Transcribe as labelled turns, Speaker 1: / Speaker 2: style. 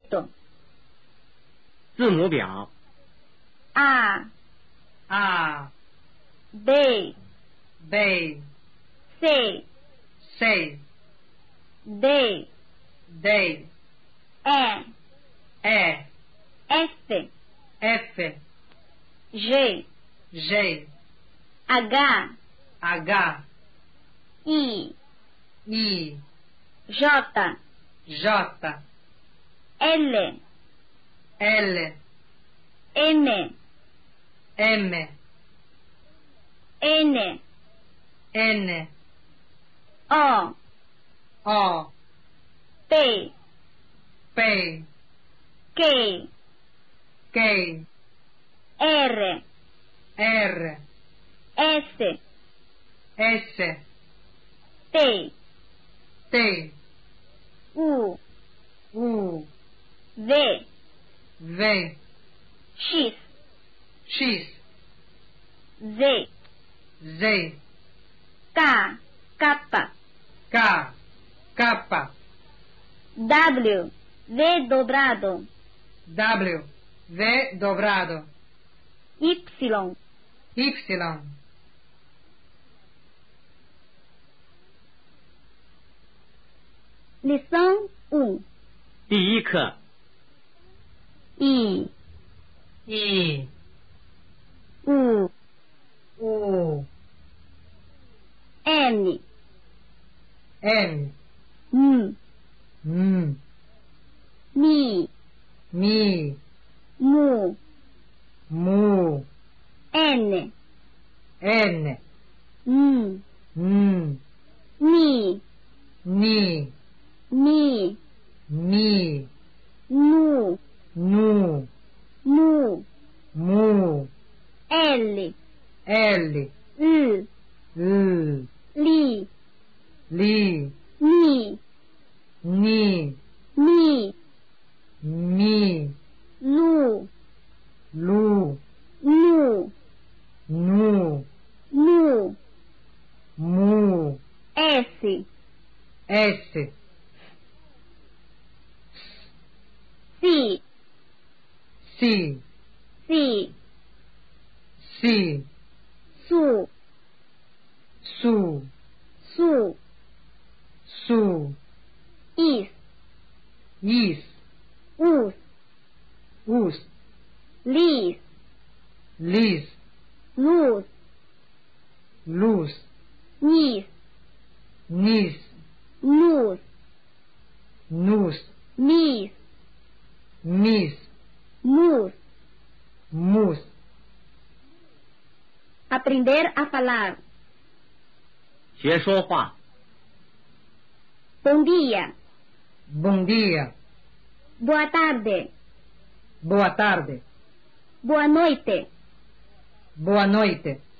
Speaker 1: esto?
Speaker 2: 字母表
Speaker 1: A,
Speaker 3: A,
Speaker 1: B,
Speaker 3: B,
Speaker 1: C,
Speaker 3: C,
Speaker 1: D,
Speaker 3: D,
Speaker 1: E,
Speaker 3: E,
Speaker 1: F,
Speaker 3: F,
Speaker 1: G,
Speaker 3: G,
Speaker 1: H, I,
Speaker 3: H, I,
Speaker 1: J,
Speaker 3: J,
Speaker 1: L,
Speaker 3: L,
Speaker 1: M,
Speaker 3: M,
Speaker 1: N,
Speaker 3: N,
Speaker 1: O,
Speaker 3: O,
Speaker 1: P,
Speaker 3: P,
Speaker 1: Q,
Speaker 3: K,
Speaker 1: R,
Speaker 3: R,
Speaker 1: S,
Speaker 3: S,
Speaker 1: T,
Speaker 3: T,
Speaker 1: U,
Speaker 3: U,
Speaker 1: V,
Speaker 3: V,
Speaker 1: X,
Speaker 3: X,
Speaker 1: Z,
Speaker 3: Z,
Speaker 1: K, K,
Speaker 3: K, K,
Speaker 1: W, V dobrado,
Speaker 3: W, V dobrado,
Speaker 1: Y,
Speaker 3: Y,
Speaker 1: lição 1,
Speaker 2: 第一课
Speaker 1: I,
Speaker 3: I,
Speaker 1: U,
Speaker 3: U,
Speaker 1: N,
Speaker 3: M,
Speaker 1: M,
Speaker 3: M,
Speaker 1: Mi,
Speaker 3: Mi,
Speaker 1: Mu,
Speaker 3: Mu,
Speaker 1: N,
Speaker 3: N,
Speaker 1: M,
Speaker 3: M,
Speaker 1: Mi,
Speaker 3: Ni,
Speaker 1: Mi,
Speaker 3: Mi,
Speaker 1: Nu,
Speaker 3: Nu,
Speaker 1: Mu,
Speaker 3: Mu,
Speaker 1: L,
Speaker 3: L,
Speaker 1: U,
Speaker 3: L,
Speaker 1: Li,
Speaker 3: Li,
Speaker 1: Mi,
Speaker 3: Ni,
Speaker 1: Mi,
Speaker 3: Mi,
Speaker 1: Nu,
Speaker 3: Lu,
Speaker 1: Nu,
Speaker 3: Nu,
Speaker 1: Nu,
Speaker 3: Mu,
Speaker 1: S,
Speaker 3: S,
Speaker 1: Si,
Speaker 3: Si,
Speaker 1: Si,
Speaker 3: Si,
Speaker 1: Su,
Speaker 3: Su,
Speaker 1: Su,
Speaker 3: Su,
Speaker 1: Is,
Speaker 3: Is,
Speaker 1: Us,
Speaker 3: Us,
Speaker 1: Lis,
Speaker 3: Lis,
Speaker 1: Luz,
Speaker 3: Luz,
Speaker 1: Nis,
Speaker 3: Nis,
Speaker 1: Nus,
Speaker 3: Nus,
Speaker 1: Mis,
Speaker 3: Mis,
Speaker 1: Mus.
Speaker 3: Mus.
Speaker 1: Aprender a falar.
Speaker 2: 学说话，
Speaker 1: Bom dia,
Speaker 3: Bom dia,
Speaker 1: boa tarde,
Speaker 3: boa tarde,
Speaker 1: boa noite,
Speaker 3: boa noite,